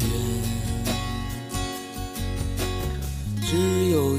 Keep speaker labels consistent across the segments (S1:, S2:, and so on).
S1: 远，只有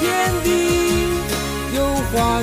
S1: 天地，又画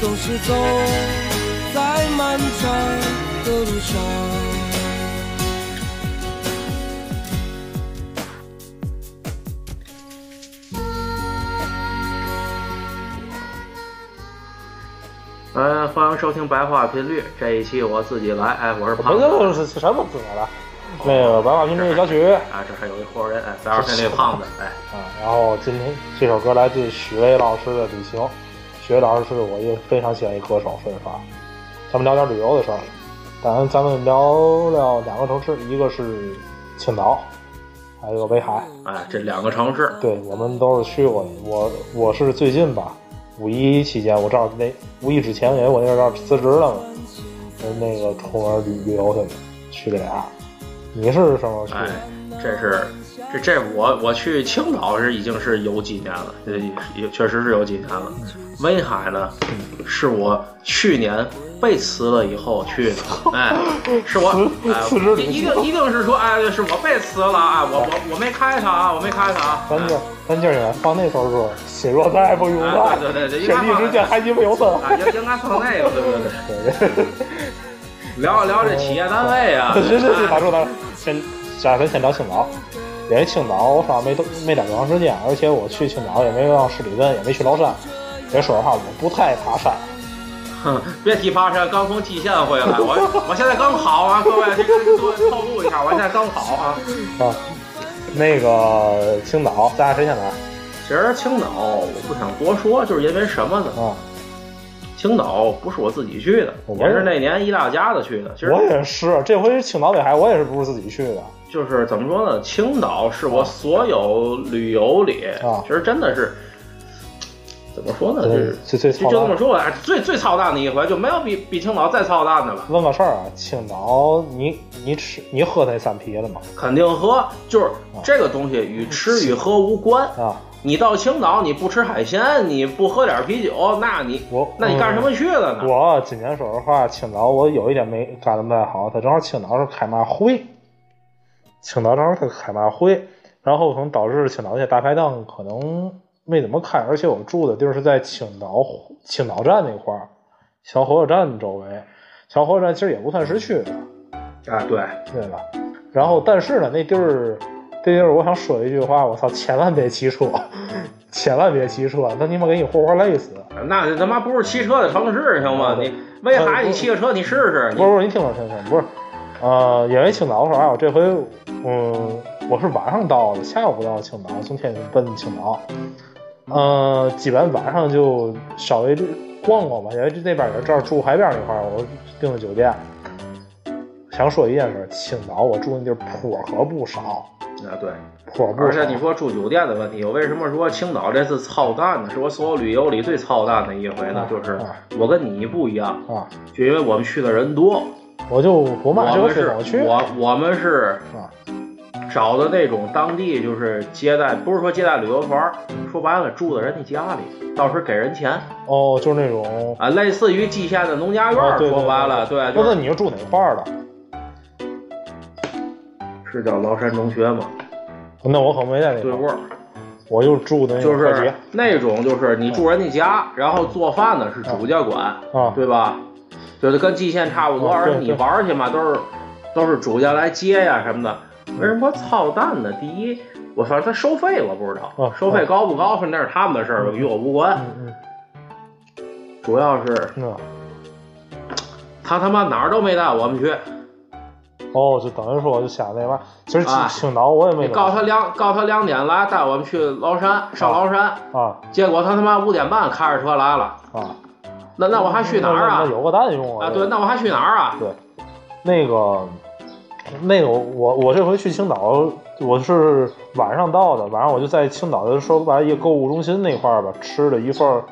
S1: 总是走在漫长的路上。
S2: 呃，欢迎收听白话频率，这一期我自己来，哎，我是胖
S3: 不
S2: 子
S3: 就是什么不来了？那个白话频率小曲
S2: 啊，这还有一活人，哎，白话频率胖子，哎，
S3: 啊，然后今天这首歌来自许巍老师的《旅行》，许巍老师是我一个非常喜欢一歌手，说实话。咱们聊点旅游的事儿，咱咱们聊聊两个城市，一个是青岛，还有一个威海。
S2: 哎，这两个城市，
S3: 对我们都是去过的。我我是最近吧，五一期间，我正好那五一之前，因为我那阵儿辞职了嘛，跟那个出门旅旅游去了，去这俩。你是什么时候去
S2: 哎
S3: 的？，
S2: 这是这这我我去青岛是已经是有几年了，这也确实是有几年了。威海呢，是我去年被辞了以后去的，哎，是我
S3: 辞
S2: 哎
S3: 辞职旅行
S2: 一定一定是说，哎，是我被辞了啊，我我我没开他啊，我没开他啊。
S3: 咱今儿咱今儿也放那首歌，《水若在不由
S2: 哎
S3: 在
S2: 对对对，》，应
S3: 天
S2: 该
S3: 地之
S2: 放
S3: 间还你不由得。
S2: 啊，应应该放那个，对对对。聊啊一聊这企业单位啊，
S3: 哦是是是，
S2: 哎
S3: 打住打住，先下咱先聊青岛。因为青岛我上没多没待多长时间，而且我去青岛也没往市里镇，也没去崂山。也说实话，我不太爱爬山。
S2: 哼啊 别提爬山，刚从蓟县回来，我我现在刚跑啊，各位，这个各位透露一下，我现在刚跑啊。
S3: 啊，那个青岛，咱俩谁先来？
S2: 其实青岛我不想多说，就是因为什么呢？
S3: 啊，
S2: 青岛不是我自己去的，
S3: 我
S2: 也是那年一大家子去的。其实啊
S3: 我也是，这回青岛北海，我也是不是自己去的。
S2: 就是怎么说呢，青岛是我所有旅游里，
S3: 啊嗯
S2: 其实真的是怎么说呢，就是
S3: 最最
S2: 就
S3: 操
S2: 就这
S3: 蛋
S2: 么。说吧，哎最最操蛋的一回，就没有比比青岛再操蛋的了。
S3: 问个事儿啊，青岛，你你吃你喝那三啤了吗？
S2: 肯定喝，就是
S3: 哦
S2: 这个东西与 吃与喝无关。
S3: 啊，
S2: 你到青岛，你不吃海鲜，你不喝点啤酒，那你
S3: 我
S2: 那你干
S3: 嗯
S2: 什么去了呢？
S3: 我今年说实话，青岛我有一点没干的不太好，它正好青岛是开嘛会，青岛正好它开嘛会，然后可能导致青岛那些大排档可能没怎么开，而且我住的地儿是在青岛青岛站那块儿，小火车站周围，小火车站其实也不算市区吧，
S2: 啊，对，
S3: 对吧？然后但是呢，那地儿那地儿，我想说一句话，我操，千万别骑车，千万别骑车，那你妈给你活活累死。
S2: 那他妈不是骑车的城市，行吗？你威海你骑个车你试试，
S3: 哦呃
S2: 你
S3: 不是不是，你听我听听，不是，呃，因为青岛说啊，我这回，嗯，我是晚上到的，下午不到青岛，从天津奔青岛，呃，基本晚上就稍微逛逛吧，因为这那边也是这儿住海边那块儿，我订的酒店。想说一件事，青岛我住那地儿坡可不少，
S2: 啊对。
S3: 坡不
S2: 而
S3: 少。
S2: 且你说住酒店的问题，我为什么说青岛这次操蛋呢？是我所有旅游里最操蛋的一回呢
S3: 啊，
S2: 就是
S3: 啊
S2: 我跟你不一样，
S3: 啊，
S2: 就因为我们去的人多，
S3: 我就我
S2: 我
S3: 妈这
S2: 们
S3: 回
S2: 是
S3: 推我去
S2: 我我们是
S3: 啊，
S2: 找的那种当地就是接待，不是说接待旅游团儿，说白了住在人家家里，到时候给人钱
S3: 哦，就是那种。
S2: 啊，类似于蓟县的农家院儿。
S3: 哦对对
S2: 说白了，对，
S3: 那
S2: 就
S3: 那
S2: 是
S3: 你又住哪块儿的？
S2: 是叫崂山中学嘛，
S3: 那我可没在那
S2: 对
S3: 块
S2: 味
S3: 儿，
S2: 儿，
S3: 我就住的那
S2: 就
S3: 个快捷
S2: 是那种就是你住人家家，然后做饭的是主家管，
S3: 啊，
S2: 对吧？就是跟蓟县差不多，
S3: 啊
S2: 而
S3: 对
S2: 且你
S3: 对
S2: 玩儿去嘛，都是都是主家来接呀什么的。为什么操蛋呢？第一，我反正他收费我不知道
S3: 啊，
S2: 收费高不高是那是他们的事儿，
S3: 嗯
S2: 与我无关。
S3: 嗯
S2: 主要是
S3: 嗯，
S2: 他他妈哪儿都没带我们去，
S3: 那哦，就等于说我就想那玩意儿，其实
S2: 哎
S3: 挺挺挠我也没
S2: 你告
S3: 懂
S2: 他两告他两点来带我们去崂山上崂山，
S3: 啊
S2: 结果他他妈五点半开着车来了，
S3: 啊，
S2: 那那我还去哪儿
S3: 哦那那
S2: 啊
S3: 那？有个蛋用
S2: 啊，对，那我还去哪儿啊？
S3: 那个，那个我，我我这回去青岛，我是晚上到的，晚上我就在青岛的说白了一个购物中心那块儿吧，吃了一份儿，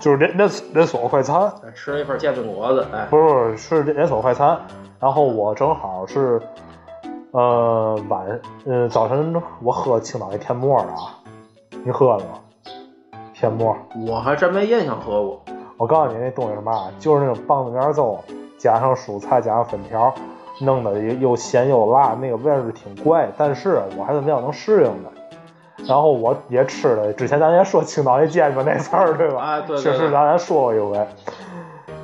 S3: 就是连连连锁快餐，
S2: 吃了一份煎饼果子，哎，
S3: 不是是连锁快餐，然后我正好是，呃晚呃早晨我喝青岛那甜沫儿啊，你喝了吗？甜沫儿，
S2: 我还真没印象喝过。
S3: 我告诉你那东西是嘛，就是那种棒子面儿粥，加上蔬菜，加上粉条，弄得又咸又辣，那个味儿挺怪，但是我还是比较能适应的。然后我也吃了，之前咱也说青岛那煎饼那事儿，对吧？
S2: 啊，对对
S3: 确
S2: 对
S3: 实，咱咱说过一回。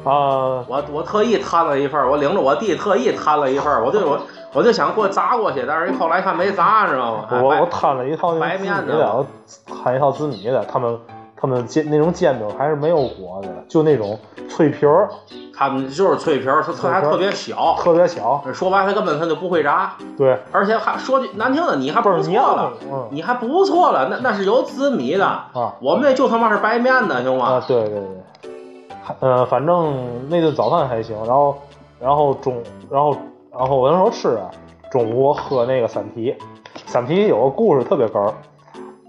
S3: 啊、
S2: 我我特意摊了一份儿，我领着我弟特意摊了一份儿，我就我我就想给我砸过去，但是后来看没砸，知道吗？哎
S3: 我
S2: 白
S3: 我摊了一套那
S2: 白
S3: 个紫
S2: 面
S3: 米
S2: 的
S3: 的，我摊一套紫米的，他们他们煎那种煎饼还是没有裹的，就那种脆皮儿，
S2: 他们就是脆皮儿，它
S3: 脆
S2: 特
S3: 皮儿
S2: 还特别小，
S3: 特别小，
S2: 说白了它根本它就不会炸，
S3: 对，
S2: 而且还说句难听的，你还
S3: 倍儿
S2: 不错
S3: 黏
S2: 了，
S3: 糊，嗯
S2: 你还不错了，那那是有紫米的，
S3: 啊。
S2: 我们那就他妈是白面的，行
S3: 啊，
S2: 吗？
S3: 对对对，还呃，反正那顿早饭还行，然后然后中然后然后我那时候吃啊，中午我喝那个散啤，散啤有个故事特别哏儿，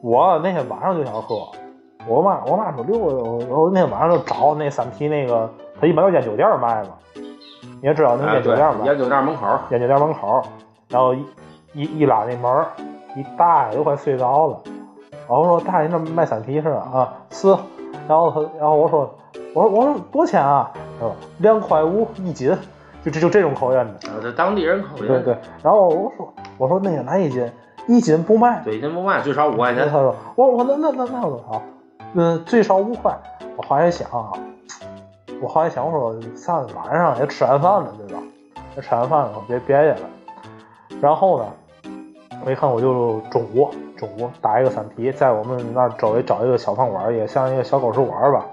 S3: 我那天晚上就想喝，我妈我妈说溜达，我我那天晚上就找那散啤那个，他一般都烟酒店儿卖嘛，你啊也知道那
S2: 哎
S3: 烟酒
S2: 对
S3: 店儿，卖，
S2: 烟酒店门口儿，
S3: 烟酒店门口，然后一一一拉那门儿，一大爷都快睡着了。然后说大爷那卖散皮是吧？啊，是。然后他，然后我说，我说我说多少钱啊？他说两块五一斤，就这就这种口音的。
S2: 啊这当地人口音，
S3: 对对。然后我说我说那个拿一斤，一斤不卖。
S2: 对，人不卖最少五块
S3: 然后
S2: 钱，
S3: 他说我我那那那那多少？嗯，最少五块。我后来想啊，我后来想我说上晚上也吃完饭了对吧？也吃完饭了，别别去了。然后呢，我一看我就中午中午打一个散皮，在我们那儿周围找一个小饭馆儿，也像一个小狗食馆儿吧。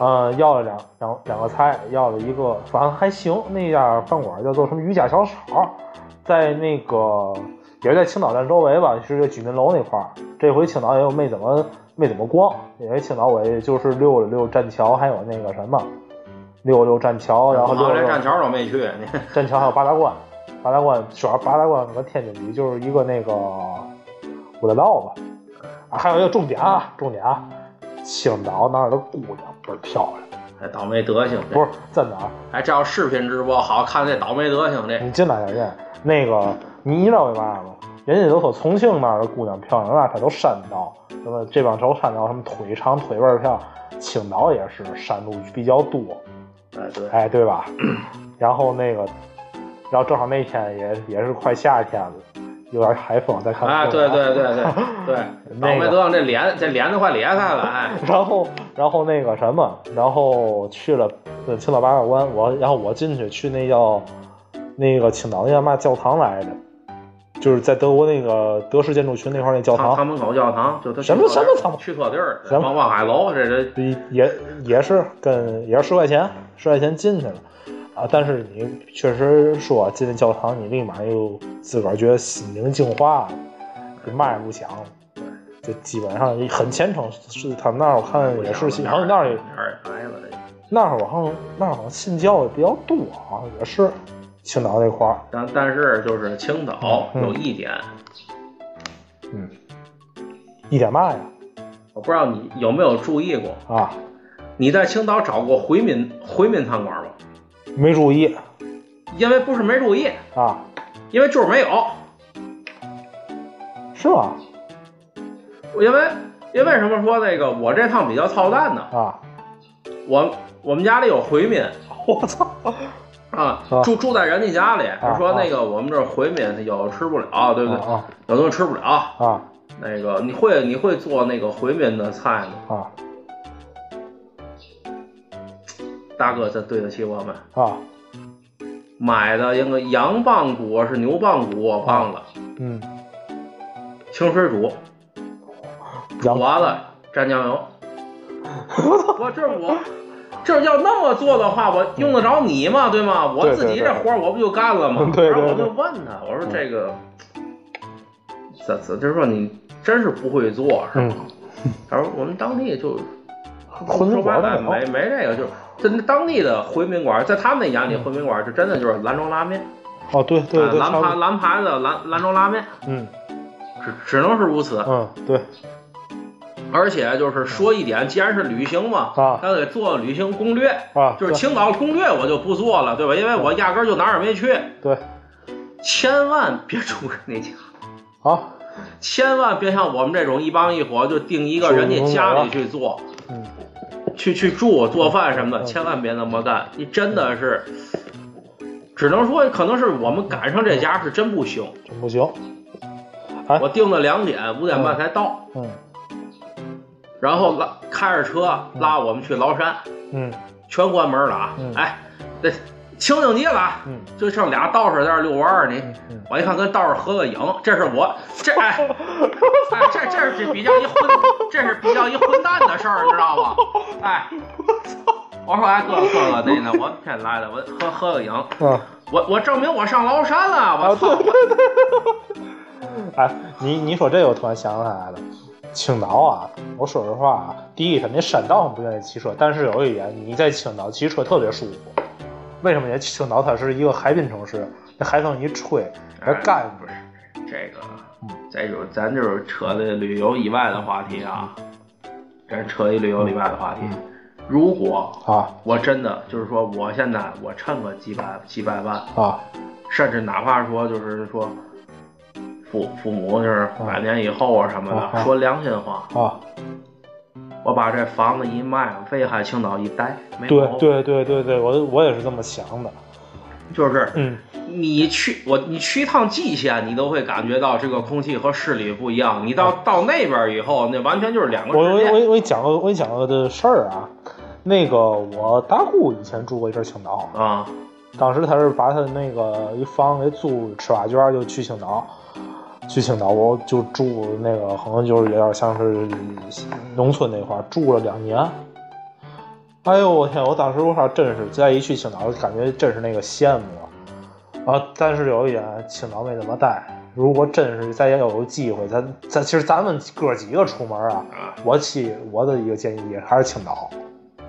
S3: 呃，要了两两两个菜，要了一个，反正还行。那家饭馆叫做什么渔家小炒，在那个也是在青岛站周围吧，是这居民楼那块儿。这回青岛也有没怎么没怎么逛，因为青岛我也就是溜了溜栈桥，还有那个什么，溜了溜栈桥，然后溜
S2: 我
S3: 了
S2: 连
S3: 溜
S2: 站桥都没去，你
S3: 栈桥还有八达关，八达关主要八达关跟天津比就是一个那个五大道吧。啊，还有一个重点啊，重点啊，青岛哪儿的姑娘倍儿漂亮，
S2: 哎倒霉德行，
S3: 不是真的啊，
S2: 哎，这要视频直播好看，这倒霉德行这
S3: 你进来点人，那个你知道为嘛吗？人家都说重庆那儿的姑娘漂亮，那可都山道，什么这帮都山道，什么腿长腿倍儿漂亮。青岛也是山路比较多，
S2: 哎对，
S3: 哎，对吧？ 然后那个，然后正好那天也也是快夏天了，有点海风，在看
S2: 啊
S3: 风
S2: 对对对对对，倒
S3: 那
S2: 霉
S3: 个
S2: 德行这脸这脸都快裂开了，哎，
S3: 然后，然后那个什么，然后去了呃青岛八卦湾，我然后我进去去那叫那个青岛那叫嘛教堂来着，就是在德国那个德式建筑群那块儿那教
S2: 唐
S3: 堂，
S2: 唐门口教堂就他
S3: 什么
S2: 去错地儿
S3: 什么唐门
S2: 去错地儿，
S3: 什么
S2: 望望海楼这这
S3: 也也也是跟也是十块钱十块钱进去了啊，但是你确实说进那教堂，你立马又自个儿觉得心灵净化了，就嘛也不想了。就基本上很虔诚，是他们那儿我看嗯也是信，好像那儿也
S2: 哪儿也来了，这
S3: 那儿好像那儿好像信教也比较多啊，也是青岛那块儿。
S2: 但但是就是青岛
S3: 嗯
S2: 有一点，
S3: 嗯，一点嘛呀
S2: 我不知道你有没有注意过，
S3: 啊，
S2: 你在青岛找过回民回民餐馆吗？
S3: 没注意
S2: 因为不是没注意，
S3: 啊
S2: 因为就是没有。
S3: 是吧？
S2: 因为因为什么说那个我这趟比较操蛋呢？
S3: 啊，
S2: 我我们家里有回民
S3: 我操！
S2: 啊
S3: 啊，
S2: 住住在人家家里，他说
S3: 啊
S2: 那个我们这儿回民有吃不了，对不对？
S3: 啊
S2: 有东西吃不了。
S3: 啊
S2: 那个你会你会做那个回民的菜吗？
S3: 啊
S2: 大哥，这对得起我们。
S3: 啊！
S2: 买的应该羊棒骨啊是牛棒骨，我忘了，
S3: 嗯，
S2: 清水煮，煮
S3: 羊
S2: 完了蘸酱 油。我这我这要那么做的话，我用得着你吗？对吗？我
S3: 对对
S2: 自己这活儿我不就干了吗？
S3: 对对
S2: 然
S3: 对嗯
S2: 后我就问他，我说这个，怎怎就是说你真是不会做是吗？
S3: 嗯，
S2: 他说我们当地就
S3: 混
S2: 说
S3: 着
S2: 白了
S3: 玩的
S2: 没没这个，就就那当地的回民馆，在他们那眼里回民馆就真的就是兰州拉面，
S3: 哦，对对
S2: 啊
S3: 对，
S2: 蓝
S3: 差不
S2: 盘
S3: 多
S2: 蓝盘的兰兰州拉面，
S3: 嗯
S2: 只只能是如此。
S3: 嗯，对
S2: 而且就是说一点，既然是旅行嘛，
S3: 啊
S2: 咱得做旅行攻略，
S3: 啊，嗯
S2: 就是青岛攻略我就不做了，对吧？因为我压根儿就哪儿也没去，
S3: 对
S2: 千万别住人家家，
S3: 啊，
S2: 千万别像我们这种一帮一伙就定一个人家家里去做，
S3: 嗯，
S2: 去去住做饭什么的，
S3: 嗯
S2: 千万别那么干，你真的是。只能说，可能是我们赶上这家是真不行。
S3: 真不行，哎
S2: 我定的两点，五点半才到，
S3: 嗯
S2: 然后拉开着车拉我们去崂山，
S3: 嗯
S2: 全关门了啊！
S3: 嗯
S2: 哎，这清静街了啊，
S3: 嗯
S2: 就剩俩道士在那儿遛弯儿啊呢。
S3: 嗯嗯，
S2: 我一看跟道士合个影，这是我这哎哎这这是比较一混，这是比较一混蛋的事儿，知道吗？哎，我说哎哥哥哥那那我天来了，我合合个影，
S3: 啊，
S2: 我我证明我上崂山了，我操！
S3: 哎，你你说这个我突然想起来了。青岛啊，我说实话啊，第一，肯定山道上不愿意骑车，但是有一点，你在青岛骑车特别舒服。为什么？人家青岛它是一个海滨城市，那海风一吹，那
S2: 哎
S3: 干
S2: 不是这个，这就是咱就是扯的旅游以外的话题啊，咱扯一旅游以外的话题。如果
S3: 啊
S2: 我真的就是说，我现在我趁个几百几百万，
S3: 啊
S2: 甚至哪怕说就是说父父母就是
S3: 嗯
S2: 百年以后啊什么
S3: 啊
S2: 的，
S3: 啊
S2: 说良心话，
S3: 啊！
S2: 我把这房子一卖，威海青岛一待，没
S3: 对
S2: 毛病。
S3: 对对对对，我我也是这么想的。
S2: 就是
S3: 嗯，
S2: 你去我你去一趟蓟县，你都会感觉到这个空气和市里不一样。你到、到那边以后，那完全就是两个
S3: 嗯我
S2: 世
S3: 我
S2: 界。
S3: 我我给你讲个我给你讲个的事儿啊，那个我大姑以前住过一阵青岛，
S2: 啊，
S3: 当时她是把她那个一房给租吃瓦卷儿就去青岛，去青岛我就住那个好像就是有点像是农村那块儿住了两年。哎呦我天！我当时我操，真是再一去青岛，我感觉真是那个羡慕啊！啊，但是有一点，青岛没怎么待。如果真是再要有机会，咱咱其实咱们哥几个出门啊，我去我的一个建议还是青岛，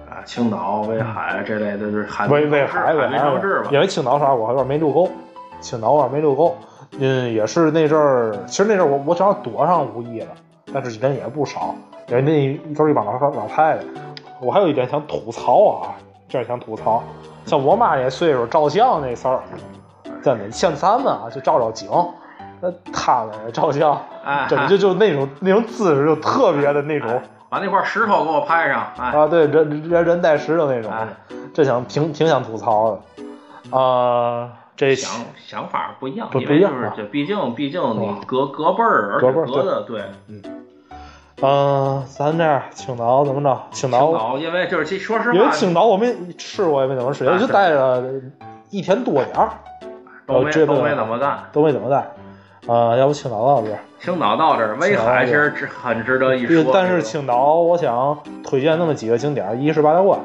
S2: 啊，青岛、威海这类的，就是海
S3: 嗯威威
S2: 海
S3: 海威
S2: 滨
S3: 海
S2: 城市吧，
S3: 因为青岛啥我有点没溜够，青岛我有点没溜够。嗯，也是那阵儿，其实那阵儿我我正好躲上无意了，但是人也不少，因为那都是一帮老老太太。我还有一点想吐槽啊，这儿想吐槽，像我妈那岁数照相那事儿，真的像咱们啊就照照景，呃那她们照相，
S2: 哎，
S3: 真的就就那种那种姿势就特别的那种。
S2: 把那块石头给我拍上，哎，
S3: 啊，对，人人人带石头那种
S2: 哎，
S3: 这想挺挺想吐槽的，啊，这
S2: 想想法不一样，
S3: 不
S2: 因
S3: 不一
S2: 为就
S3: 样
S2: 是
S3: 啊
S2: 这，毕竟毕竟
S3: 嗯
S2: 你隔隔辈儿，而
S3: 隔
S2: 且
S3: 辈儿
S2: 隔的对。
S3: 嗯、咱这样青岛怎么着？
S2: 青
S3: 青岛，
S2: 岛，因为就是其说实
S3: 因为
S2: 话，
S3: 青岛我没吃，我也没怎么吃，
S2: 啊
S3: 也就是待了一天多点儿，
S2: 都没
S3: 我觉得
S2: 都没怎么干。
S3: 都没怎么待。啊、要不青岛到这儿，
S2: 青岛到这儿，威海其实只很值得一说。
S3: 但是
S2: 这个
S3: 青岛，我想推荐那么几个景点儿：一是八大关，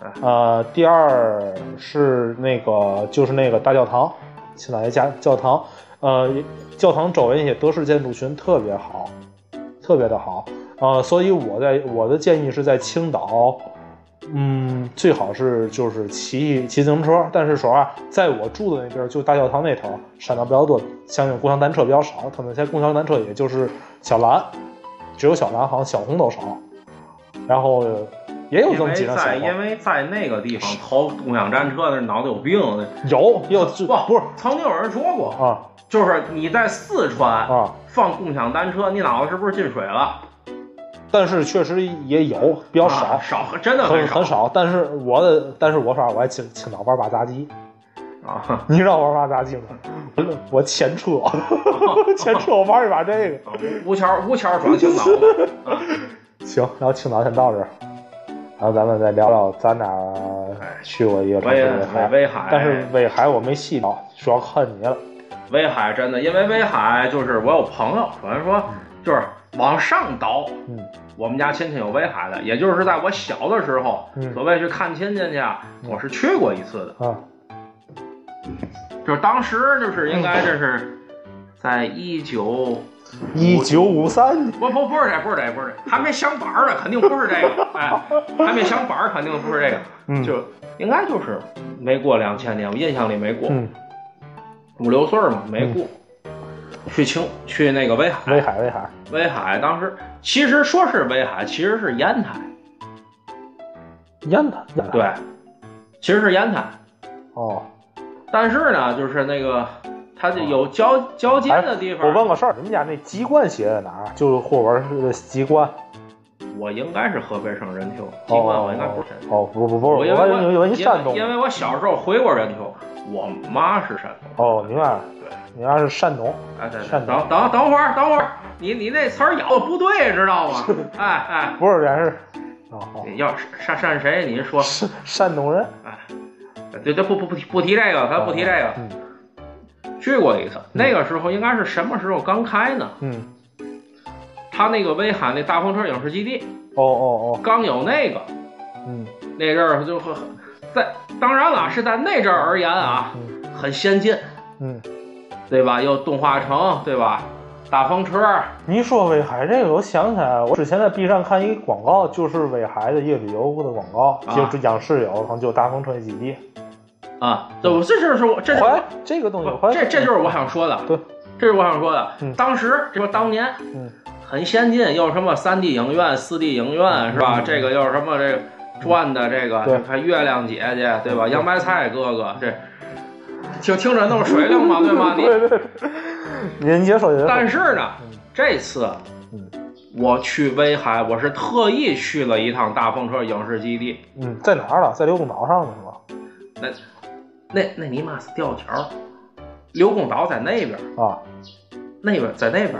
S2: 哎
S3: 呃，第二是那个就是那个大教堂，青岛一家教堂，呃，教堂周围那些德式建筑群特别好，特别的好，呃，所以我在我的建议是在青岛。嗯，最好是就是骑骑自行车，但是说实话，在我住的那地儿，就大教堂那头，山道比较多，相应共享单车比较少。他们现在共享单车也就是小蓝，只有小蓝，好像小红都少。然后呃也有这
S2: 因
S3: 么
S2: 为
S3: 几辆小
S2: 在
S3: 红
S2: 因，为在那个地方投共享单车的人脑子有病。
S3: 有也有就
S2: 不
S3: 不是
S2: 曾经有人说过，
S3: 啊，
S2: 就是你在四川
S3: 啊，
S2: 放共享单车，你脑子是不是进水了？
S3: 但是确实也有比较少
S2: 啊，少，真的
S3: 很
S2: 少
S3: 很少。但是我的，但是我说我还请请老玩把杂技，
S2: 啊。
S3: 你让我玩把杂技吗？我前车， 前车我玩一把这个。
S2: 无无桥无桥转 青岛嘛，啊
S3: 行，然后青岛先到这儿，然后咱们再聊聊咱俩
S2: 哎
S3: 去过一个城市
S2: 威
S3: 威
S2: 威
S3: 海，
S2: 威海，
S3: 但是威海我没细聊，主要看你了。
S2: 威海真的，因为威海就是我有朋友，首先说就是往上倒，
S3: 嗯，
S2: 我们家亲戚有威海的，也就是在我小的时候，
S3: 嗯
S2: 所谓去看亲戚去啊，我是去过一次的，
S3: 啊，
S2: 就是当时就是应该这是在一九。
S3: 一九五三年，
S2: 不不不是这，不是这，不是这，还没想板儿呢，肯定不是这 个，哎，还没想板儿，肯定不是这个，
S3: 嗯
S2: 就应该就是没过两千年，我印象里没过，
S3: 嗯，
S2: 五六岁儿嘛，没过。去青去那个威海，
S3: 嗯威海威海，
S2: 威海当时其实说是威海，其实是烟台，
S3: 烟台，烟台，
S2: 对，其实是烟台。
S3: 哦，
S2: 但是呢，就是那个它就有交交接的地方。
S3: 哎我问个事儿，你们家那籍贯写在哪儿？啊就是霍文是籍贯，
S2: 我应该是河北省人丘，籍
S3: 哦
S2: 贯我应该不是山东。
S3: 哦，不不不
S2: 我
S3: 是，
S2: 因
S3: 我
S2: 为
S3: 问你，我问你山东
S2: 因为，因为我小时候回过人丘，我妈是山东。
S3: 哦，明白了，
S2: 对，
S3: 你家是山东，
S2: 哎对对，
S3: 山
S2: 等
S3: 东
S2: 等等会儿，等会儿，你你那词儿咬的不对，知道吗？哎哎，
S3: 不是，咱是，哦哦，
S2: 你要扇扇谁？你说，
S3: 是山东人，
S2: 对对，不不不提不提这个，咱不提这个。
S3: 嗯
S2: 去过一次，那个时候应该是什么时候刚开呢？
S3: 嗯，
S2: 他那个威海那大风车影视基地
S3: 哦哦
S2: 刚有那个
S3: 哦，嗯
S2: 那阵儿就很在，当然了是在那阵儿而言啊，
S3: 嗯
S2: 很先进，
S3: 嗯，
S2: 对吧？有动画城，对吧？大风车，
S3: 你说威海这个，我想起来，我之前在 B 站看一个广告，就是威海的一个旅游的广告，
S2: 啊
S3: 就是央视有，然后就大风车基地，
S2: 啊，对，我这就是我这就
S3: 后来这个东西，后
S2: 嗯
S3: 来
S2: 这这就是我想说的，
S3: 对，
S2: 这是我想说的。
S3: 嗯
S2: 当时这不当年
S3: 嗯
S2: 很先进，又什么三 D 影院、四 D 影院是吧？
S3: 嗯
S2: 这个又什么这个转的这
S3: 对
S2: 个，还月亮姐姐对吧？洋白菜哥哥这。就听着弄水灵嘛，对吗？啊你
S3: 对对， 您接说您
S2: 但是呢
S3: 嗯，
S2: 这次
S3: 嗯
S2: 我去威海，我是特意去了一趟大风车影视基地。
S3: 嗯，在哪儿了？在刘公岛上呢是吧？
S2: 那那那尼玛是吊桥，刘公岛在那边，
S3: 啊，
S2: 那边在那边，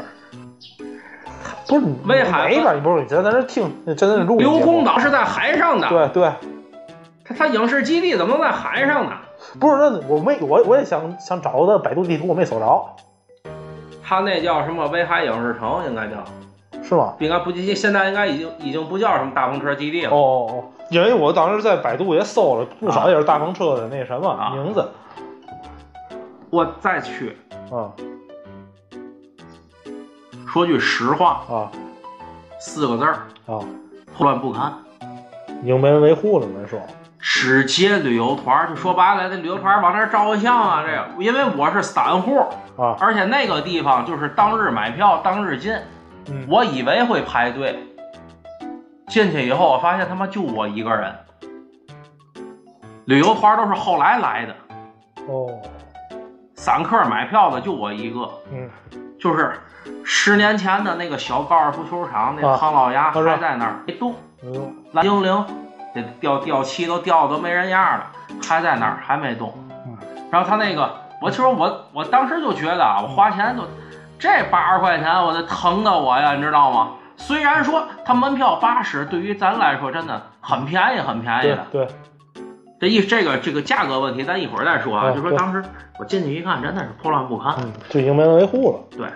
S3: 不是你
S2: 威海
S3: 哪边？你不是你在那儿听，在那儿录
S2: 刘公
S3: 岛。
S2: 岛是在海上的。
S3: 对对，
S2: 它它影视基地怎么能在海上呢？
S3: 不是那我没我我也想想找的百度地图，我没搜着，
S2: 它那叫什么威海影视城，应该叫，
S3: 是吗？
S2: 应该不记，现在应该已经已经不叫什么大风车基地
S3: 哦
S2: 了。
S3: 哦哦，因为我当时在百度也搜了不少也是大风车的那什么、
S2: 啊
S3: 名字，
S2: 我再去
S3: 嗯
S2: 说句实话，
S3: 啊
S2: 四个字儿，
S3: 啊，
S2: 破乱不堪。
S3: 已经没人维护了，没说
S2: 只接旅游团儿，就说白了，那旅游团儿往那儿照个相啊，这个，因为我是散户，
S3: 啊，
S2: 而且那个地方就是当日买票当日进，
S3: 嗯
S2: 我以为会排队，进去以后我发现他妈就我一个人，旅游团儿都是后来来的，
S3: 哦，
S2: 散客买票的就我一个，
S3: 嗯，
S2: 就是十年前的那个小高尔夫球场，那
S3: 啊
S2: 唐老鸭
S3: 我知道
S2: 还在那儿没动，
S3: 哎呦，
S2: 蓝精灵这掉掉漆都掉的都没人样儿了，还在那儿还没动。
S3: 嗯
S2: 然后他那个，我其实我我当时就觉得啊，我花钱就这八十块钱，我就疼的我呀，你知道吗？虽然说它门票八十，对于咱来说真的很便宜，很便宜
S3: 对
S2: 的。
S3: 对，
S2: 这一这个这个价格问题，咱一会儿再说啊。
S3: 嗯
S2: 就说
S3: 对
S2: 当时我进去一看，真的是破烂不堪。
S3: 嗯，就已经没人维护了，
S2: 对，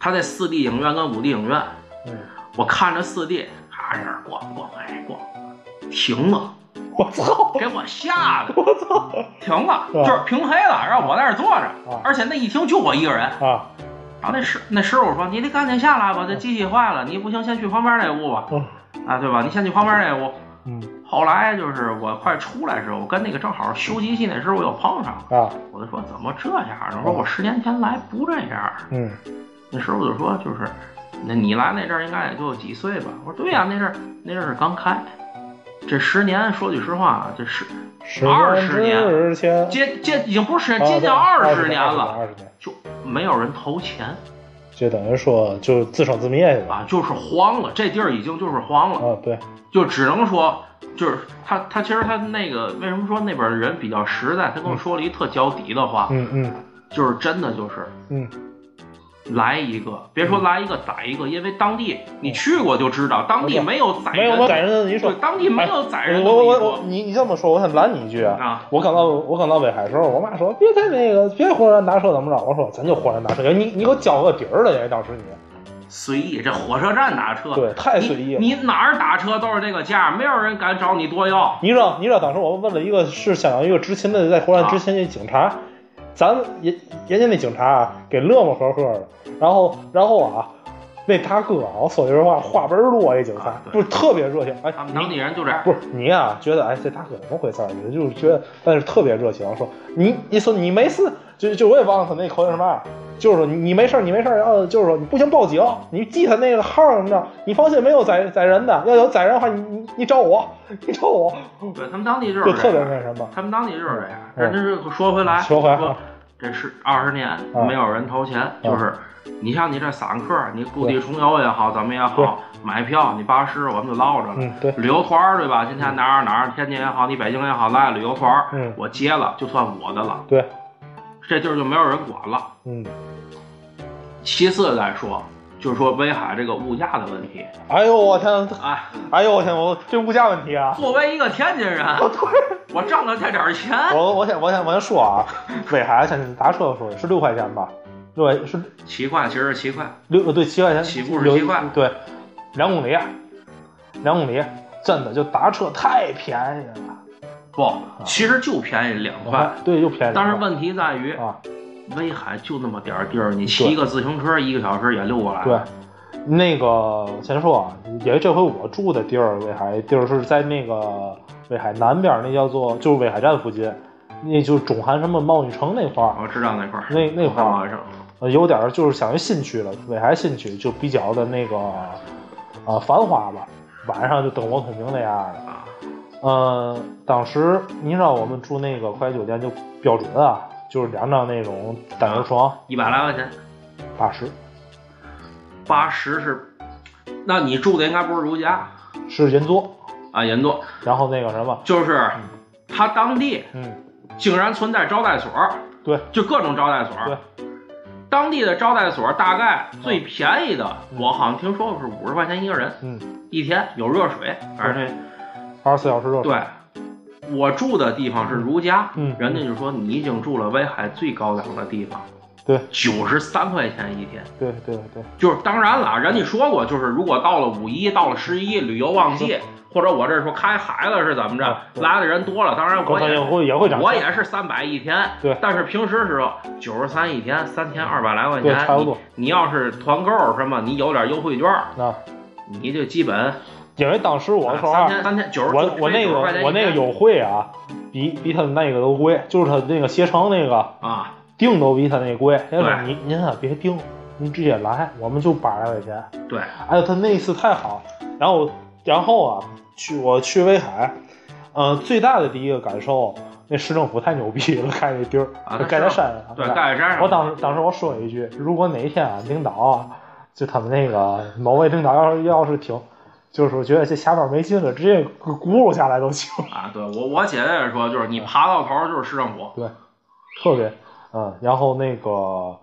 S2: 它那四 D 影院跟五 D 影院，
S3: 嗯，
S2: 我看着四 D，啊，这儿逛逛哎逛，停了。
S3: 我操
S2: 给我吓的，我操！停了，
S3: 啊
S2: 就是平黑了，让我在那儿坐着
S3: 啊，
S2: 而且那一听就我一个人。
S3: 啊，
S2: 然后那师那师傅说：“你得赶紧下来吧，这机器坏了，你不行先去旁边那屋吧，
S3: 嗯
S2: 啊，对吧？你先去旁边那屋。
S3: 嗯”
S2: 后来就是我快出来的时候，我跟那个正好修机器那师傅又碰上了，
S3: 啊，
S2: 我就说怎么这样呢？我说我十年前来不这样。
S3: 嗯
S2: 那师傅就说就是，那你来那阵儿应该也就几岁吧？我说对呀、那阵儿那阵儿是刚开。这十年，说句实话，啊这十
S3: 十
S2: 二十年
S3: 之前，
S2: 接接已经不是十年，接近
S3: 啊二
S2: 十年了，
S3: 二十年，
S2: 就没有人投钱
S3: 就等于说就自生自灭去了。
S2: 啊，就是荒了，这地儿已经就是荒了，
S3: 啊，对，
S2: 就只能说，就是他他其实他那个为什么说那边的人比较实在，他跟我说了一特交底的话，
S3: 嗯嗯
S2: 就是真的就是
S3: 嗯，
S2: 来一个，别说来一个宰一个，因为当地你去过就知道，当地没有宰
S3: 嗯没有
S2: 人
S3: 我，逮人的，你说哎
S2: 对，当地没有宰人的
S3: 我我
S2: 地
S3: 我
S2: 方，
S3: 你你这么说，我想拦你一句啊。
S2: 啊，
S3: 我刚到我刚到北海的时候，我妈说别开那个，别豁然拿车怎么着？我说咱就豁然拿车，你你给我交个底儿了，因为当时你
S2: 随意，这火车站打车，
S3: 对太随意了。
S2: 你你哪儿打车都是这个价，没有人敢找你多要。
S3: 你知道，你知道当时我问了一个是相当于一个执勤的，在湖南执勤的警察，咱人人家那警察啊，给乐么呵呵的，然后然后啊，那大哥啊，我说句实话，话倍儿多，一警察、
S2: 啊对
S3: 不是特别热情，哎
S2: 他，们当
S3: 你
S2: 地人就这样
S3: 不，是你啊，觉得哎这大哥怎么回事儿？你就是觉得，但是特别热情，说你你说你没事，就就我也忘了他那口音什么。就是说你你没事儿，你没事儿，然后就是说你不行报警，你记他那个号儿什么的，你放心没有宰宰人的，要有宰人的话你你你找我，你找我，
S2: 对他们当地就
S3: 嗯就是
S2: 这
S3: 特别
S2: 样
S3: 那什么。
S2: 他们当地就是这样。
S3: 嗯
S2: 人家是说回来，
S3: 说回来
S2: 说这是二十年
S3: 嗯
S2: 没有人投钱，就是你像你这散客，你故地重游也好，怎么也好，买票你八十我们就落着了
S3: 嗯。，对，
S2: 旅游团儿对吧？今天哪儿哪儿，天津也好，你北京也好，来旅游团儿，
S3: 嗯
S2: 我接了就算我的了，
S3: 对，
S2: 这地儿就没有人管了。
S3: 嗯，
S2: 其次来说，就是说威海这个物价的问题，
S3: 哎呦我天，
S2: 哎，
S3: 哎呦我天，我这物价问题啊，
S2: 作为一个天津人，
S3: 哦
S2: 我挣了这点儿钱，
S3: 我我想我想我先说啊，北海先打车说是六块钱吧，六块是
S2: 七块其实是七块，
S3: 六呃对七块钱
S2: 起步是七块
S3: 有对，两公里，两公里，真的就打车太便宜了，
S2: 不，
S3: 啊
S2: 其实就便宜两块。
S3: 对又便宜了，
S2: 但是问题在于，
S3: 啊，
S2: 威海就那么点儿地儿，你骑个自行车一个小时也溜过来。
S3: 对，那个先说啊，因为这回我住的地儿，威海地儿是在那个威海南边儿，那叫做就是威海站附近，那就是中韩什么贸易城那块儿，
S2: 我知道那块儿，啊
S3: 那那块
S2: 干
S3: 儿
S2: 嘛去了？
S3: 呃有点儿就是相当于新区了，威海新区就比较的那个呃繁华吧，晚上就灯火通明那样的。
S2: 啊，
S3: 呃，当时你知道我们住那个快捷酒店就标准啊，就是两张那种单人床，
S2: 一百来块钱，
S3: 八十
S2: 八十是，那你住的应该不是如家
S3: 是人座，
S2: 啊，银座，
S3: 然后那个什么，
S2: 就是他当地
S3: 嗯，
S2: 竟然存在招待所，
S3: 对
S2: 就各种招待所。
S3: 对，
S2: 当地的招待所大概最便宜的，
S3: 嗯
S2: 我好像听说是五十块钱一个人
S3: 嗯，
S2: 一天，有热水，而且
S3: 二十四小时热水，
S2: 对，我住的地方是如家，
S3: 嗯
S2: 人家就说你已经住了威海最高档的地方，
S3: 对
S2: 九十三块钱一天，
S3: 对对对，
S2: 就是当然了，人家说过，就是如果到了五一，到了十一旅游旺季，或者我这说开孩子是怎么着
S3: 啊，对
S2: 来的人多了，当然
S3: 高
S2: 我
S3: 三也
S2: 也。
S3: 会也会涨价，
S2: 我也是三百一天，
S3: 对
S2: 但是平时时候九十三一天，三天二百来块
S3: 对
S2: 钱，
S3: 差不多
S2: 你。你要是团购什么，你有点优惠券，
S3: 啊，
S2: 你就基本
S3: 因为当时我说
S2: 啊三
S3: 话，
S2: 天三天九十，
S3: 我我那个我那个优惠啊，比比他那个都贵，就是他那个携程那个
S2: 啊，
S3: 订都比他那贵，先说
S2: 对
S3: 您您啊别订，您直接来，我们就八十来块钱。
S2: 对，
S3: 哎呦，他那一次太好。然后，然后啊，去我去威海，呃，最大的第一个感受，那市政府太牛逼了，盖那地儿，
S2: 啊
S3: 盖在山上。
S2: 对，
S3: 吧
S2: 盖山上。
S3: 我当时当时我说一句，如果哪一天啊，领导啊就他们那个某位领导要是要是挺，就是觉得这下边没劲了，直接咕咕噜下来都行。
S2: 啊，对我我姐也说，就是
S3: 嗯
S2: 你爬到头儿就是市政府，
S3: 对，特别，嗯，然后那个，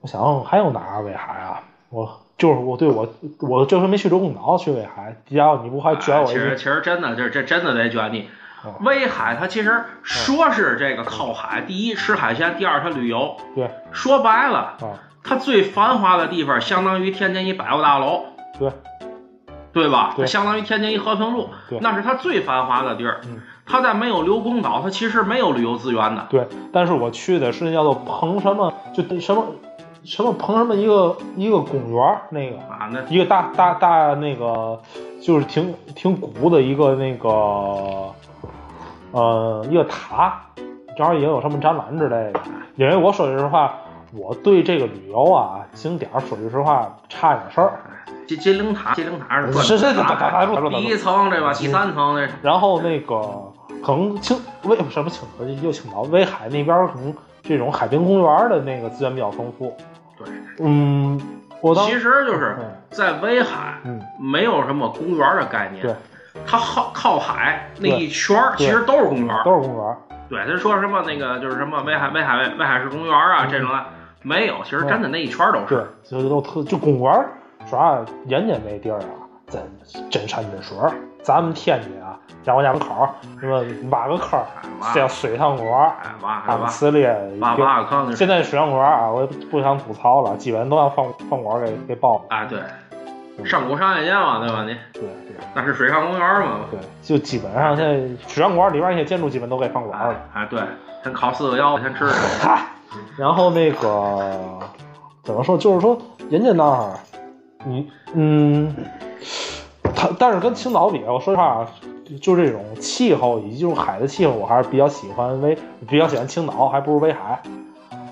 S3: 我想想还有哪儿威海啊？我就是我对我我这回没去周公岛，去威海，然后你不还卷
S2: 哎
S3: 我一
S2: 其实
S3: 句？
S2: 其实真的，这这真的得卷你
S3: 哦。
S2: 威海它其实说是这个靠海，第一吃海鲜，第二它旅游。
S3: 对
S2: 说白了，
S3: 啊，
S2: 它最繁华的地方相当于天津一百货大楼，
S3: 对，
S2: 对吧？
S3: 对
S2: 相当于天津一和平路
S3: 对，
S2: 那是它最繁华的地儿
S3: 嗯。
S2: 它在没有刘公岛，它其实没有旅游资源的。
S3: 对，但是我去的是那叫做彭什么，就什么什么彭什么一个一个公园儿那个。
S2: 啊，那
S3: 一个大大大那个，就是挺挺古的一个那个，呃，一个塔，正好也有什么展览之类的。因为我说实话，我对这个旅游啊景点儿说句实话差点事儿。
S2: 金金陵塔，金陵塔上
S3: 是是是嗯打打打住打住
S2: 第一层对吧？第三层对。
S3: 然后那个可能青为什么青岛又青岛威海那边儿可能这种海滨公园的那个资源比较丰富。
S2: 对，
S3: 嗯，我嗯当
S2: 其实就是在威海，
S3: 嗯
S2: 没有什么公园的概念。
S3: 对，
S2: 它靠靠海那
S3: 对
S2: 一圈儿
S3: 对
S2: 其实都是公园儿。
S3: 都是公园儿，
S2: 对，他说什么那个就是什么威海威海威海市公园啊这种的，没有，其实真的那一圈儿都
S3: 对
S2: 是。，
S3: 就都特就公园儿，主要人家那地儿啊，真真山真水儿。咱们天津啊，在我家门口儿什么挖个坑儿
S2: 挖，
S3: 叫水上公园儿，
S2: 哎，挖
S3: 俺们
S2: 挖
S3: 死里
S2: 挖挖个坑就是
S3: 现在水上公园啊，我也不想吐槽了，基本都让饭饭馆给给爆了。
S2: 啊，对，上古商业街嘛，对吧？你
S3: 对对
S2: 那是水上公园嘛？
S3: 对，就基本上现在水上公园里边那些建筑基本都给饭馆了。
S2: 哎哎，对，先烤四个腰，先吃着。
S3: 嗨，然后那个怎么说，就是说人家那儿，你嗯，它但是跟青岛比，我说实话，就这种气候以及这种海的气候，我还是比较喜欢威，比较喜欢青岛，还不如威海。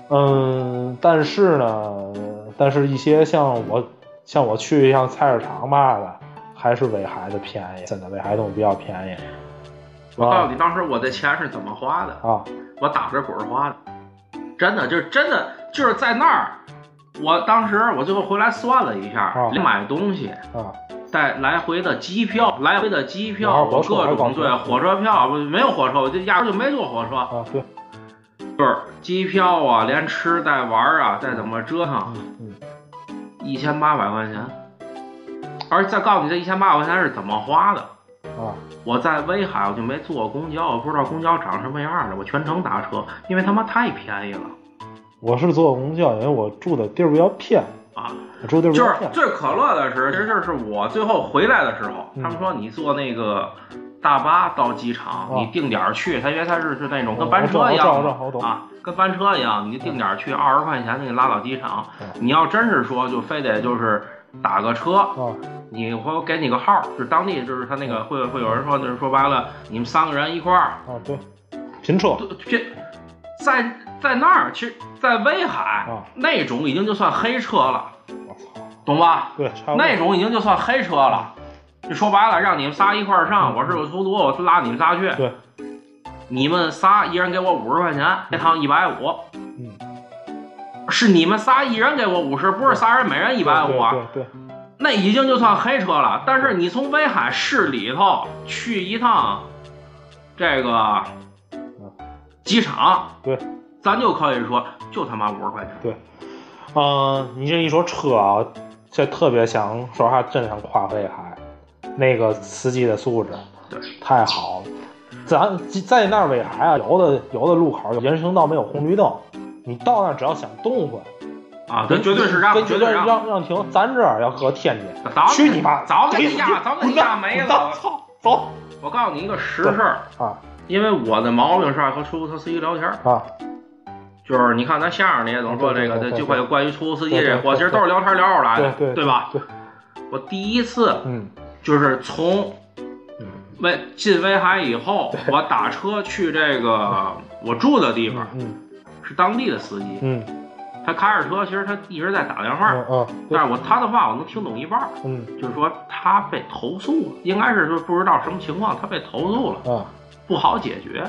S3: 嗯，但是呢，但是一些像我像我去像菜市场嘛的，还是威海的便宜，现在威海东西比较便宜
S2: 我告诉你，当时我的钱是怎么花的，
S3: 啊。
S2: 我打着滚儿花的，真的就是真的就是在那儿。我当时我最后回来算了一下
S3: 啊，
S2: 买东西
S3: 啊
S2: 带来回的机票，来回的机票，
S3: 火
S2: 我
S3: 车
S2: 各
S3: 火
S2: 种
S3: 车
S2: 对火车票，我没有火车，我就压根儿就没坐火车，
S3: 啊，对，
S2: 就是机票啊，连吃带玩儿啊，再怎么折腾，
S3: 嗯
S2: 一千八百块钱。而再告诉你，这一千八百块钱是怎么花的。
S3: 嗯啊，
S2: 我在威海，我就没坐过公交，我不知道公交长什么样的，我全程打车，因为他妈太便宜了
S3: 我是坐公交，因为我住的地儿比较偏，
S2: 啊！
S3: 我住的地儿比
S2: 就是
S3: 较偏。
S2: 最可乐的是，其实就是我最后回来的时候，
S3: 嗯
S2: 他们说你坐那个大巴到机场，
S3: 啊
S2: 你定点儿去，他因为他是是那种跟
S3: 嗯
S2: 班车一
S3: 我
S2: 样
S3: 知道
S2: 的
S3: 我知道我懂
S2: 啊，跟班车一样，你定点儿去，二十块钱给你拉到机场
S3: 嗯。
S2: 你要真是说就非得就是打个车，
S3: 啊，
S2: 你我给你个号儿，就是当地就是他那个会会有人说，就是说白了，你们三个人一块儿
S3: 啊，对，拼车
S2: 这在在那儿，其实，在威海、
S3: 啊
S2: 那种已经就算黑车了，
S3: 我操，
S2: 懂吧？
S3: 对，差不多。
S2: 那种已经就算黑车了。就说白了，让你们仨一块儿上，我是有出租，我拉你们仨去。
S3: 嗯对，
S2: 你们仨一人给我五十块钱，这趟一百五，
S3: 嗯，
S2: 是你们仨一人给我五十，不是仨人每人一
S3: 一
S2: 百五啊。
S3: 对对对，
S2: 那已经就算黑车了。但是你从威海市里头去一趟这个机场，
S3: 对，
S2: 咱就可以说就他妈五十块钱。
S3: 嗯、你这一说车啊，这特别想说实话，真想夸威海那个司机的素质，
S2: 对，
S3: 太好了。咱在那儿威海啊，有的有的路口有人行道没有红绿灯，你到那儿只要想动换，
S2: 啊，咱绝对是让，
S3: 跟
S2: 绝
S3: 绝
S2: 对
S3: 对
S2: 是让。
S3: 让让停。咱这儿要搁天津，
S2: 早
S3: 去你妈！
S2: 早给你压，早给你压
S3: 压
S2: 没了。
S3: 操，走
S2: 我告诉你一个实事儿，
S3: 啊
S2: 因为我的毛病是爱和出租车司机聊天儿，
S3: 啊！
S2: 就是你看咱相声里也总说这个，
S3: 对对
S2: 这
S3: 对对
S2: 就关于关于出租司机
S3: 对对
S2: 这
S3: 对
S2: 活，其实都是聊天聊出来的，
S3: 对对
S2: 吧？
S3: 对，
S2: 我第一次
S3: 嗯
S2: 就是从
S3: 嗯
S2: 威进威海以后，我打车去这个 我住的地方，
S3: 嗯
S2: 是当地的司机，
S3: 嗯
S2: 他开着车，其实他一直在打电话，
S3: 嗯
S2: 但是我他的话我能听懂一半儿，
S3: 嗯
S2: 就是说他被投诉了，应该是说不知道什么情况，他被投诉了，
S3: 啊
S2: 不好解决。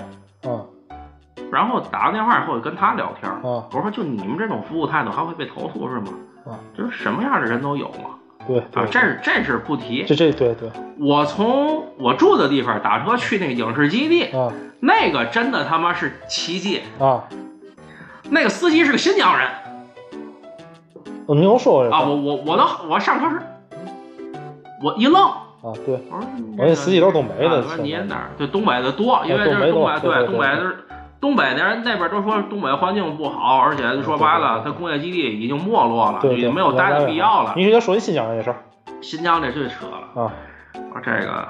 S3: 啊
S2: 然后打个电话以后我就跟他聊天儿，
S3: 啊！
S2: 我说就你们这种服务态度还会被投诉是吗
S3: 啊？
S2: 就是什么样的人都有嘛，
S3: 对
S2: 啊
S3: 对，，
S2: 这是这是不提。
S3: 这这对对
S2: 我从我住的地方打车去那个影视基地，
S3: 啊
S2: 那个真的他妈是奇迹，
S3: 啊！
S2: 那个司机是个新疆人
S3: 我没有哦说过这
S2: 啊！我我我能我上车时，我一愣，
S3: 啊，对，
S2: 我说你
S3: 我那司机都是东北
S2: 啊
S3: 的
S2: 我，说你哪儿？对，东北的多，因为这是东北，
S3: 东北多对
S2: 东北
S3: 对
S2: 是东北的人那边都说东北环境不好，而且说白了，它工业基地已经没落了，
S3: 对
S2: 也没有待的必要了。
S3: 啊你直接说一新疆人的事儿
S2: 新疆这最扯了，
S3: 啊
S2: 我说这个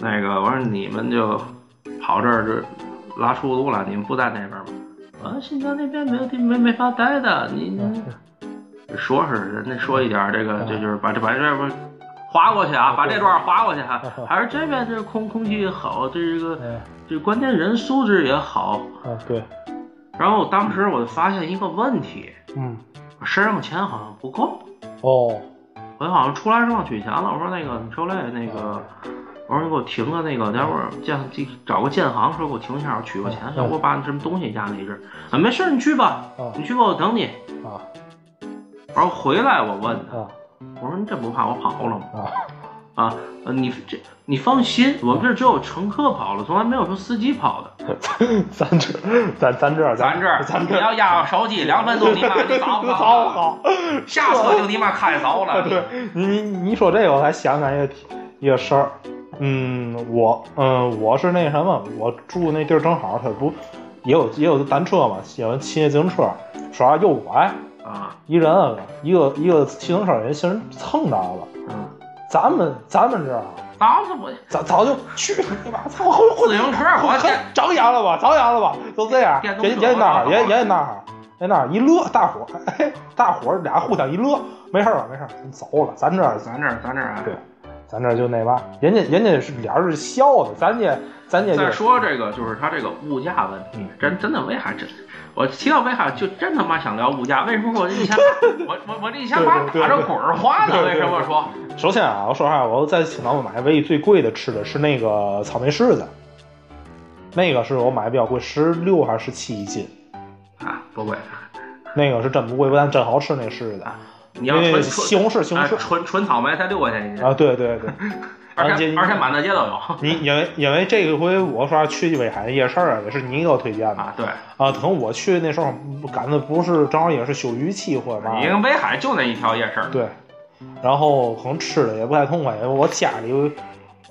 S2: 那个，我说你们就跑这儿就拉出租了，你们不在那边吗？啊，新疆那边没有地没没法待的，你你说啊是人家说一点儿这个，
S3: 嗯
S2: 这就是把这把这不划过去啊，
S3: 嗯
S2: 把这段划过去啊
S3: 嗯，
S2: 还是这边这空空气好，这个
S3: 嗯
S2: 这关键人素质也好，
S3: 啊对，
S2: 然后当时我就发现一个问题，
S3: 嗯，
S2: 我身上的钱好像不够，
S3: 哦，
S2: 我好像出来是忘取钱了。我说那个，你受累那个，我说你给我停个那个，待会儿建找个建行说给我停一下，我取个钱，
S3: 嗯
S2: 要不我把你什么东西压那一阵儿。啊，没事儿，你去吧，
S3: 啊
S2: 你去吧，我等你。
S3: 啊
S2: 然后回来我问他，
S3: 啊
S2: 我说你这不怕我跑了吗？
S3: 啊
S2: 啊，呃你这你放心，我们这儿只有乘客跑了，从来没有说司机跑的。
S3: 咱这咱咱这
S2: 咱这儿，
S3: 咱
S2: 你
S3: 这
S2: 要压我手机两分钟，你 妈你早不
S3: 好好，
S2: 下车就你妈开走了。
S3: 对你你你一说这个，我才想起来一个一个事儿。嗯，我嗯我是那什么，我住那地儿正好，它不也有也有单车嘛，喜欢骑那自行车，说话右拐，
S2: 啊，
S3: 一人啊一个一个骑自行车人行人蹭到了。
S2: 嗯，
S3: 咱们咱们这儿啊
S2: 当时我
S3: 早早就去你妈操，回回
S2: 自行车，我
S3: 嘿，张扬了吧，张扬了吧，都这样，
S2: 电动
S3: 也
S2: 车
S3: 也得那
S2: 好
S3: 样，也也得那样，也那样一乐，大伙儿，嘿，大伙儿俩互相一乐，没事儿吧，没事儿，咱走了，咱这儿
S2: 咱这儿咱这儿啊
S3: 对，咱这儿就那嘛，人家人家是俩人是笑的，咱家咱家
S2: 再
S3: 就
S2: 说这个就是它这个物价问题
S3: 嗯，
S2: 真真的为啥真？我提到为啥就真他妈想聊物价？为什么我这 一下我我我这一下把
S3: 对对对
S2: 打着滚儿花呢？
S3: 对对
S2: 为
S3: 对
S2: 什么说
S3: 首先啊，我说实话，我在青岛买唯一最贵的吃的是那个草莓柿子，那个是我买的比较贵，十六还是十七一斤，
S2: 啊不贵？
S3: 那个是真不贵，但真好吃那个柿子，
S2: 你要哎
S3: 那
S2: 纯
S3: 个
S2: 纯
S3: 西红柿西红
S2: 啊
S3: 柿
S2: 纯纯草莓才六块钱一斤，
S3: 啊，对对 对。
S2: 而
S3: 而且
S2: 且而且满大街都 有
S3: 你因为因为这个回我说去威海夜市啊，也是你给我推荐的
S2: 啊。对，
S3: 啊。等我去那时候赶的不是正好也是休渔期或者嘛
S2: 你，跟威海就那一条夜市儿，
S3: 对。然后可能吃的也不太痛快，因为我家里有，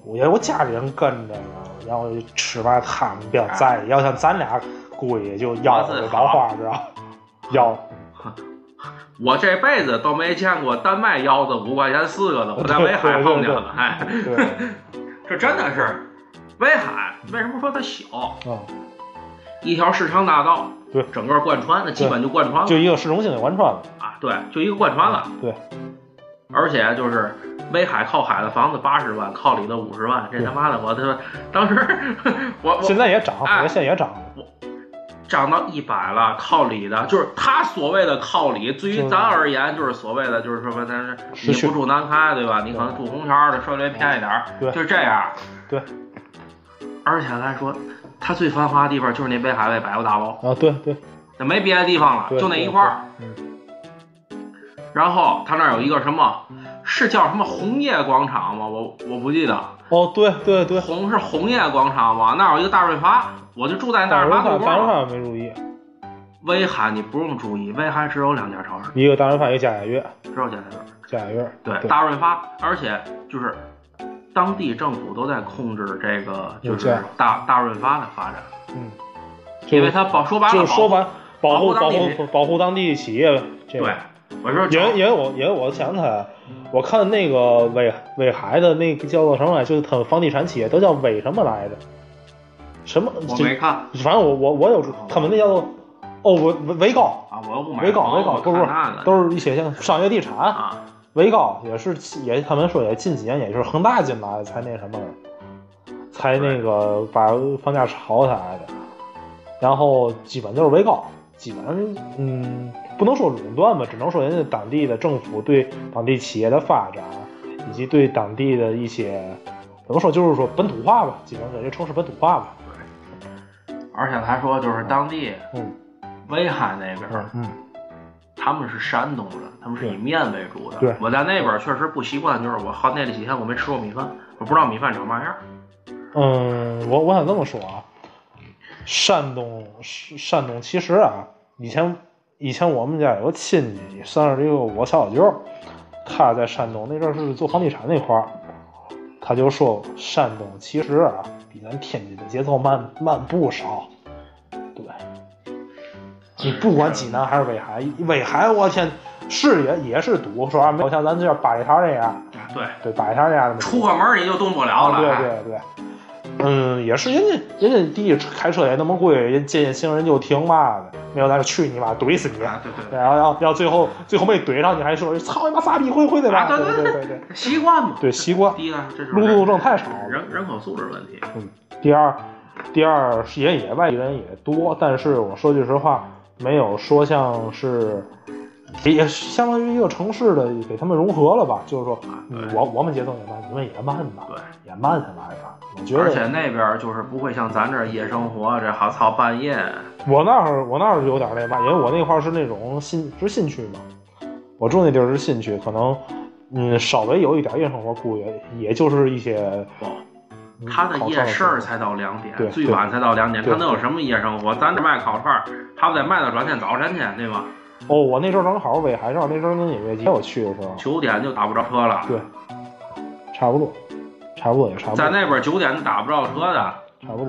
S3: 我因为我家里人跟着呢，然后吃嘛他们比较在意，要像咱俩估计就要
S2: 我自
S3: 了
S2: 豪
S3: 老花知道，要
S2: 我这辈子都没见过单卖腰子五块钱四个的，我 在威海碰见了，哎，
S3: 对，
S2: 这真的是威海。为什么说它小？
S3: 嗯，
S2: 一条市场大道，
S3: 对
S2: 整个贯穿，那基本就贯穿了
S3: 就一嗯个市中心的贯穿了，
S2: 啊，对，就一个贯穿了。
S3: 对，
S2: 而且就是威海靠海的房子八十万，靠里的五十万，这
S3: 对
S2: 他妈的我他妈当时 我
S3: 现
S2: 我
S3: 在也涨，我
S2: 哎
S3: 觉得现在也涨了，
S2: 涨到一百了，靠里的，就是他所谓的靠里，对于
S3: 就是
S2: 咱而言就是所谓的就是什么，咱是
S3: 失
S2: 你
S3: 去
S2: 不住南开对吧？你可能住红桥的稍微偏一点儿，
S3: 对
S2: 就是这样。
S3: 对，
S2: 而且来说，它最繁华的地方就是那北海卫百货大楼，
S3: 啊，对对
S2: 那没别的地方了，
S3: 对，
S2: 啊就那一块儿。
S3: 对，嗯对
S2: 然后它那儿有一个什么，是叫什么红叶广场吗？我我不记得，
S3: 嗯，哦，对对对，
S2: 红是红叶广场吗？那儿有一个大润发，我就住在大
S3: 大
S2: 润发
S3: 润发
S2: 对
S3: 大润
S2: 面。
S3: 发没注意，
S2: 威海你不用注意，威海只有两家超市，
S3: 一个大润发，一个家雅苑，
S2: 只有家乐福。
S3: 家雅苑
S2: 对，
S3: 对
S2: 大润发，而且就是当地政府都在控制这个，就
S3: 物价
S2: 是大大润发的发展，
S3: 嗯，就
S2: 因为它保说白了
S3: 就
S2: 保
S3: 是说白，保
S2: 保护
S3: 护
S2: 当
S3: 保
S2: 地
S3: 护保护当地企业呗，这
S2: 对
S3: 个。，
S2: 我说
S3: 因为因为我因为我想起来，我看那个威威海的那个叫做什么来，就是他们房地产企业都叫威什么来着？什么？
S2: 我
S3: 就
S2: 没看
S3: 反正我我我有注他们那叫做哦维维维高
S2: 啊，我又不买
S3: 维高
S2: 房
S3: 维高
S2: 我
S3: 不是不
S2: 看
S3: 是
S2: 那个
S3: 都是一些像商业地产，
S2: 啊，
S3: 维高也是也，他们说也近几年也就是恒大进来才那什么的，才那个把房价炒起来的，然后基本就是维高，基本上嗯不能说垄断吧，只能说人家当地的政府对当地企业的发展以及对当地的一些怎么说就是说本土化吧，基本上给这城市本土化吧，
S2: 而且他说就是当地
S3: 嗯
S2: 威海那边儿
S3: 嗯，嗯
S2: 他们是山东人，他们是以
S3: 对
S2: 面为主的。
S3: 对
S2: 我在那边儿确实不习惯，就是我好那几天我没吃过米饭，我不知道米饭长嘛样儿。
S3: 嗯，我我想这么说啊，山东是山东其实啊，以前以前我们家有个亲戚，算是一个我小小舅儿，他在山东那阵儿是做房地产那块儿，他就说山东其实啊比咱天津的节奏慢慢不少，对。你不管济南还是威海，威海我天是也也是堵，说啊没有像咱这样八里台那样，
S2: 啊对，
S3: 对八里台那样的没堵
S2: 出个门儿你就动不了啊了。
S3: 对对对，嗯，也是人家人家第一开车也那么贵，人见行人就停嘛的，没有咱说去你妈怼死你，
S2: 啊对对对，
S3: 然后要要最后最后没怼上，你还说操你妈傻逼回回的吧，
S2: 啊对
S3: 对
S2: 对
S3: 对对
S2: 习惯嘛。啊
S3: 对，习惯
S2: 第一个这是
S3: 路怒症太少了。
S2: 人人口素质问题。
S3: 第二，第二也野外人也多，但是我说句实话，没有说像是。也也相当于一个城市的给他们融合了吧，就是说，
S2: 对
S3: 我我们节奏也慢，你们也慢吧，
S2: 对，
S3: 也慢下来吧。我觉
S2: 而且
S3: 得
S2: 那边儿就是不会像咱这儿夜生活，这好操半夜，
S3: 嗯我那儿我那儿有点那嘛，因为我那块儿是那种新是新区嘛，我住那地儿是新区，可能嗯稍微有一点夜生活，估计也就是一些嗯
S2: 哦他的
S3: 烤
S2: 夜
S3: 串
S2: 市儿
S3: 什么
S2: 才到两点，
S3: 对
S2: 最晚才到两点，
S3: 对
S2: 他能有什么夜生活？咱这卖烤串儿，他不得卖到转天早晨去，对吗？
S3: 哦，我那时候正好尾海上，那时候跟音乐节我去的时候，
S2: 九点就打不着车了，
S3: 对，差不多，差不多也差不多，
S2: 在那边九点打不着车的。
S3: 差不多。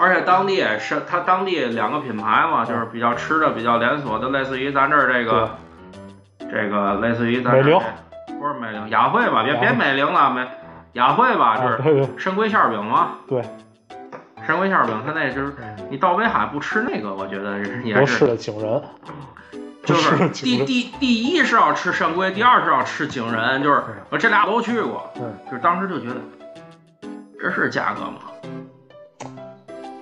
S2: 而且当地也是，它当地两个品牌嘛，就是比较吃的比较连锁的，类似于咱这儿这个这个类似于咱这儿
S3: 美菱
S2: 这不是美菱雅惠吧？别
S3: 雅
S2: 别美菱了，美雅惠吧，就
S3: 啊，
S2: 是
S3: 对对
S2: 深闺馅儿饼嘛。
S3: 对，
S2: 深闺馅儿饼，它那就是
S3: 嗯
S2: 你到威海不吃那个，我觉得是也
S3: 不
S2: 是
S3: 是，的请人，
S2: 就
S3: 不
S2: 是
S3: 是请
S2: 第
S3: 人，
S2: 第第一是要吃深闺，第二是要吃景仁，就是
S3: 啊
S2: 我这俩都去过，
S3: 嗯，
S2: 就是当时就觉得这是价格吗？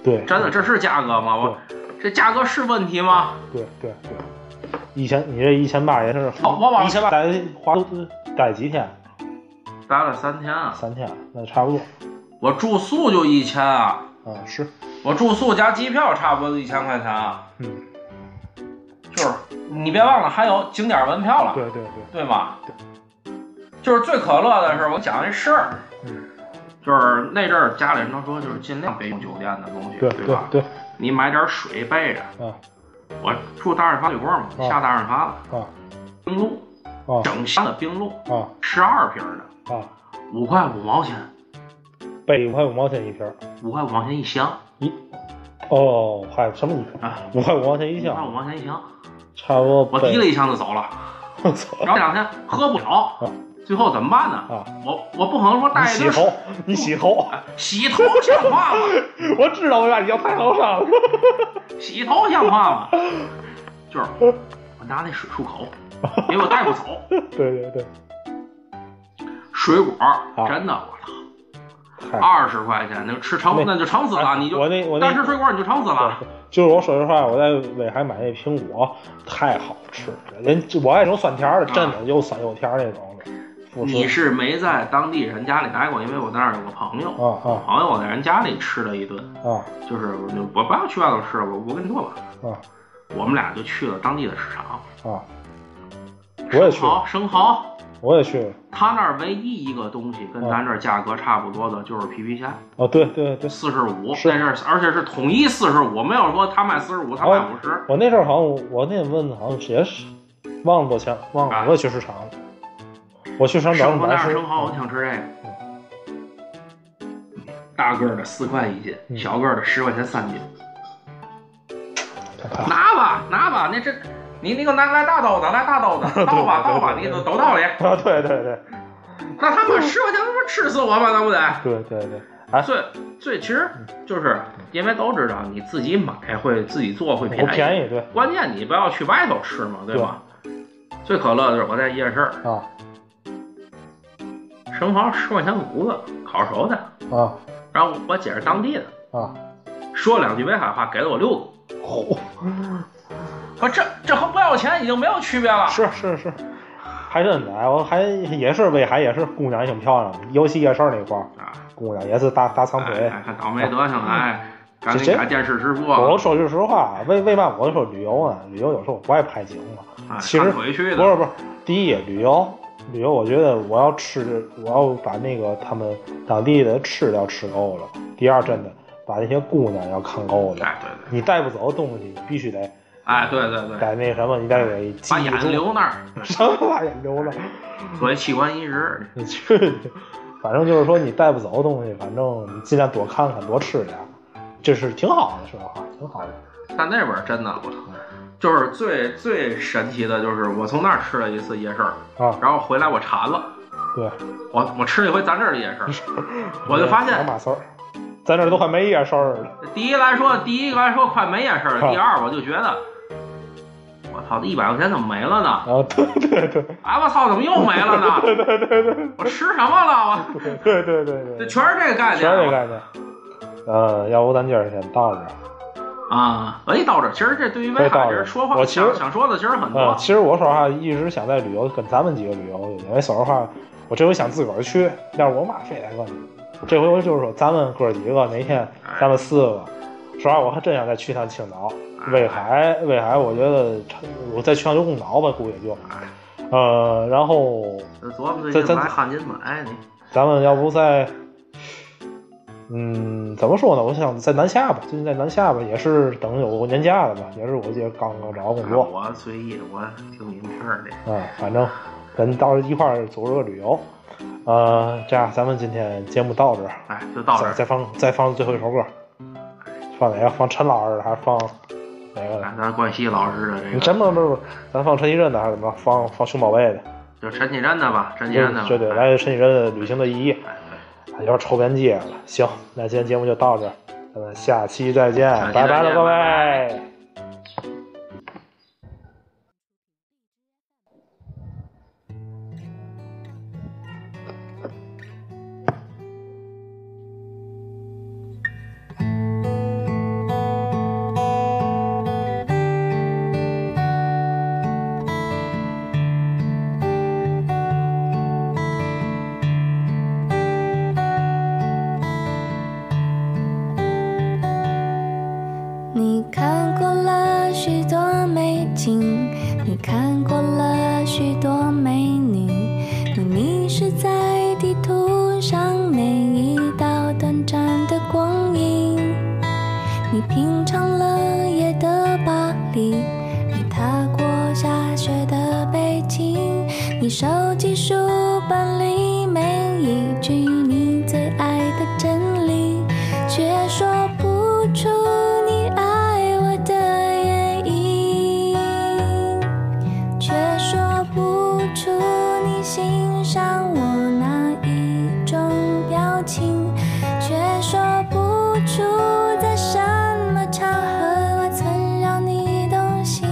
S3: 对，
S2: 真的这是价格吗？我这价格是问题吗？
S3: 对对对，一千你这一千八也是，
S2: 好我往
S3: 一千八咱花都待几天？
S2: 待了三天啊，
S3: 三天，那差不多。
S2: 我住宿就一千啊，
S3: 啊，是，
S2: 我住宿加机票差不多一千块钱啊，
S3: 嗯，
S2: 就是你别忘了还有景点门票了，
S3: 对对对，
S2: 对吗？就是最可乐的是，我讲一事儿，
S3: 嗯，
S2: 就是那阵儿家里人都说，就是尽量别用酒店的东西，
S3: 对对
S2: 吧？
S3: 对，
S2: 你买点水备着。
S3: 啊
S2: 我住大润发旅馆嘛，
S3: 啊
S2: 下大润发了，
S3: 啊
S2: 冰露，
S3: 啊
S2: 整箱的冰露，
S3: 啊
S2: 十二瓶的，
S3: 啊，
S2: 五块五毛钱，
S3: 备五块五毛钱一瓶儿，
S2: 五块五毛钱一箱
S3: 一，哦，还什么一瓶？
S2: 啊，
S3: 五块五毛钱一
S2: 五块五
S3: 箱，
S2: 毛钱一箱，
S3: 差不多备。
S2: 我提了一箱就走了。
S3: 我操
S2: 然后这两天喝不了，最后怎么办呢？
S3: 啊！
S2: 我我不可能说
S3: 你
S2: 带一
S3: 洗
S2: 堆水
S3: 头，你洗 头，
S2: 洗头像话吗？
S3: 我知道我让你要太好上了。
S2: 洗头像话吗？就是我拿那水漱口，因为我带不走。
S3: 对对对，
S2: 水果真的，我操，
S3: 啊嗨，
S2: 二十块钱那吃撑，
S3: 那哎
S2: 那就撑死了，你就
S3: 我那我那
S2: 单吃水果你就撑死了。
S3: 就是我说实话，我在尾海买那苹果太好吃了，人我爱那种酸甜儿的，真的又酸又甜儿那种的。不吃
S2: 啊你是没在当地人家里待过，因为我在那儿有个朋友，
S3: 啊啊
S2: 朋友我在人家里吃了一顿，
S3: 啊
S2: 就是我就我不要去外头吃了，我我跟你说吧，
S3: 啊
S2: 我们俩就去了当地的市场，
S3: 啊！我也去
S2: 生，蚝，生蚝，
S3: 我也去。
S2: 他那儿唯一一个东西跟咱这儿价格差不多的，就是皮皮虾，
S3: 哦，对对对，
S2: 四十五，
S3: 是哦
S2: 在这儿，而且是统一四十五，没有说他卖四十五，他卖五十。
S3: 我那阵儿好像我那问的好像也是忘了多钱，忘了我也去市场了。我去市场找
S2: 生
S3: 你
S2: 活啊那
S3: 买
S2: 儿
S3: 吃
S2: 生蚝，我挺吃这个。大个儿的四块一斤，
S3: 嗯
S2: 小个儿的十块钱三斤。
S3: 看看
S2: 拿吧，拿吧，那这，你你给我拿来大刀子，来大刀子，刀吧
S3: 对对
S2: 刀吧，
S3: 对
S2: 你
S3: 对
S2: 都都道理。
S3: 啊，对对对
S2: 那他们十块钱，他不吃死我吗？那不得？
S3: 对对 对，哎，
S2: 最最其实就是因为都知道你自己买会自己做会
S3: 我便宜对
S2: 关键你不要去外头吃嘛，对
S3: 对
S2: 吧？最可乐的是我在夜市儿，
S3: 啊
S2: 生蚝十块钱五个，烤熟的，
S3: 啊
S2: 然后我姐是当地的，
S3: 啊！
S2: 说了两句威海话，给了我六个。
S3: 嚯，
S2: 我这这和不要钱已经没有区别了。
S3: 是是是，还真的，哎我还也是威海，也是姑娘也挺漂亮的，尤其夜市那块儿，
S2: 啊，
S3: 姑娘也是大大长
S2: 哎
S3: 腿。
S2: 哎，看倒霉德行，哎，赶
S3: 嗯这
S2: 紧改电视直播。啊
S3: 我说句实话，为为嘛我说旅游呢？旅游有时候我不爱拍景嘛。
S2: 哎
S3: 其实
S2: 看回去
S3: 不
S2: 的，
S3: 是不是，第一旅游旅游，我觉得我要吃，我要把那个他们当地的吃的要吃够了。第二，真的把那些姑娘要看够了。
S2: 哎，对对，
S3: 你带不走的东西，你必须得
S2: 哎，对对对，
S3: 得那什么，你得给记
S2: 把眼
S3: 住。
S2: 留那儿，
S3: 什么把眼留了？
S2: 作为器官移植。
S3: 你去，反正就是说你带不走的东西，反正你尽量多看看，多吃点儿，这是挺好的，说实话，挺好的。
S2: 但那边儿真的，我操，就是最最神奇的就是我从那儿吃了一次夜市儿，
S3: 啊，
S2: 然后回来我馋了，
S3: 对，
S2: 我我吃了一回咱这儿的夜 市儿，我就发
S3: 两
S2: 现，
S3: 码事儿，咱这儿都快没夜市儿了。
S2: 第一来说，第一个来说快没夜市儿了，第二我就觉得，我操，这一百块钱怎么没了呢？
S3: 啊，对对对
S2: 哎，我操，怎么又没了 呢？
S3: 对对对对。
S2: 我吃什么了？我
S3: 对对对
S2: 这
S3: 对，
S2: 全是这个概
S3: 全是这
S2: 念。
S3: 概念。啊呃，要不咱今儿先到这儿。
S2: 啊，哎，到这儿，其实这对于威海人说话
S3: 我其实
S2: 想想说的其实啊很
S3: 嗯，
S2: 多，
S3: 其实我说实话一直想在旅游跟咱们几个旅游，因为说实话，我这回想自个儿去，但是我妈非得跟你。这回我就是说，咱们哥几个哪天
S2: 哎
S3: 咱们四个，说实话，我还真想再去趟青岛、
S2: 哎
S3: 威海、威海，我觉得我再去趟刘公岛吧，估计也就，
S2: 哎，
S3: 呃，然后
S2: 这呃琢磨最
S3: 这
S2: 近
S3: 咱
S2: 来汉哎津买呢，
S3: 咱们要不再，嗯，怎么说呢？我想在南下吧，最近在南下吧，也是等有年假了吧，也是我记得刚刚找到工
S2: 啊
S3: 作，
S2: 我随意，我听你们事儿的，
S3: 嗯，反正咱到时候一块儿组织个旅游。呃，这样咱们今天节目到这儿，
S2: 哎，就到这
S3: 再
S2: 儿，
S3: 再放再放最后一首歌，放哪个？放陈老师的还是放哪个的？
S2: 哎，咱冠希老师的这
S3: 你真
S2: 个，
S3: 不不不，咱放陈绮贞的还是怎么着？放放熊宝贝的？
S2: 就陈绮贞的吧，陈绮贞的吧，
S3: 嗯对对，来陈绮贞的《旅行的意义》，
S2: 哎，哎
S3: 有点抽边界了。行，那今天节目就到这儿，咱们下期再见，
S2: 下期再
S3: 拜拜了，
S2: 见
S3: 各位。
S2: 拜
S4: 你看过了许多美景，你看过了许多美女，你迷失在地图上每一道短暂的光影。你品尝了夜的巴黎，你踏过下雪的北京，你收集书本里每一句你最爱的真理。却说不出你爱我的原因，却说不出你欣赏我哪一种表情，却说不出在什么场合我曾让你动心，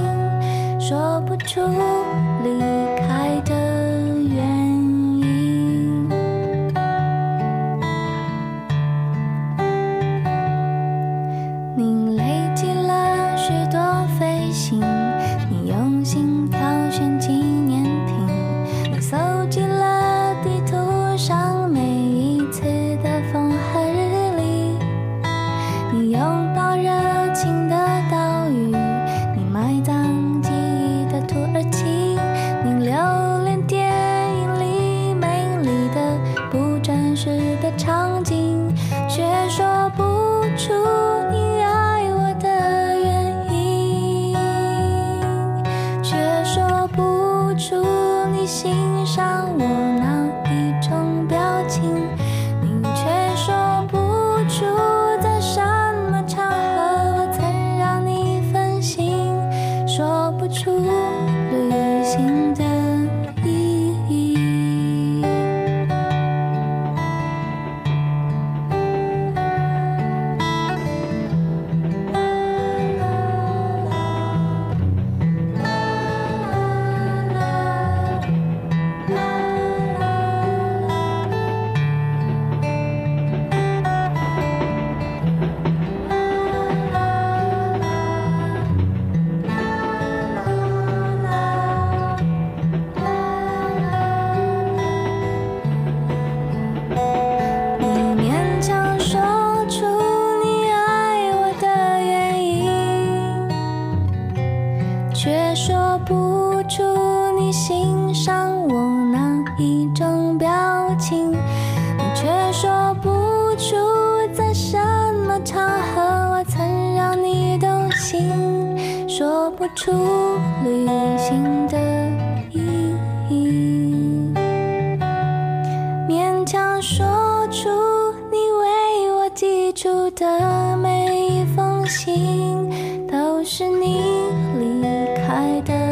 S4: 说不出离开的原因。你累积了许多飞行，你用心挑选纪念品，你搜集了地图上每一次的风和日丽，你拥抱热情的岛屿，你埋葬记忆的土耳其，你留恋电影里美丽的不真实的场景，却说不出你爱我的原因，却说不出你欣赏我哪一种表情。你却说不出在什么场合我曾让你分心，说不出旅行的意义。你勉强说出你爱我的原因，却说不出你欣赏我哪一种表情，你却说不出在什么场合我曾让你动心，说不出旅行的意义。勉强说出你为我寄出的每一封信，都是你离开的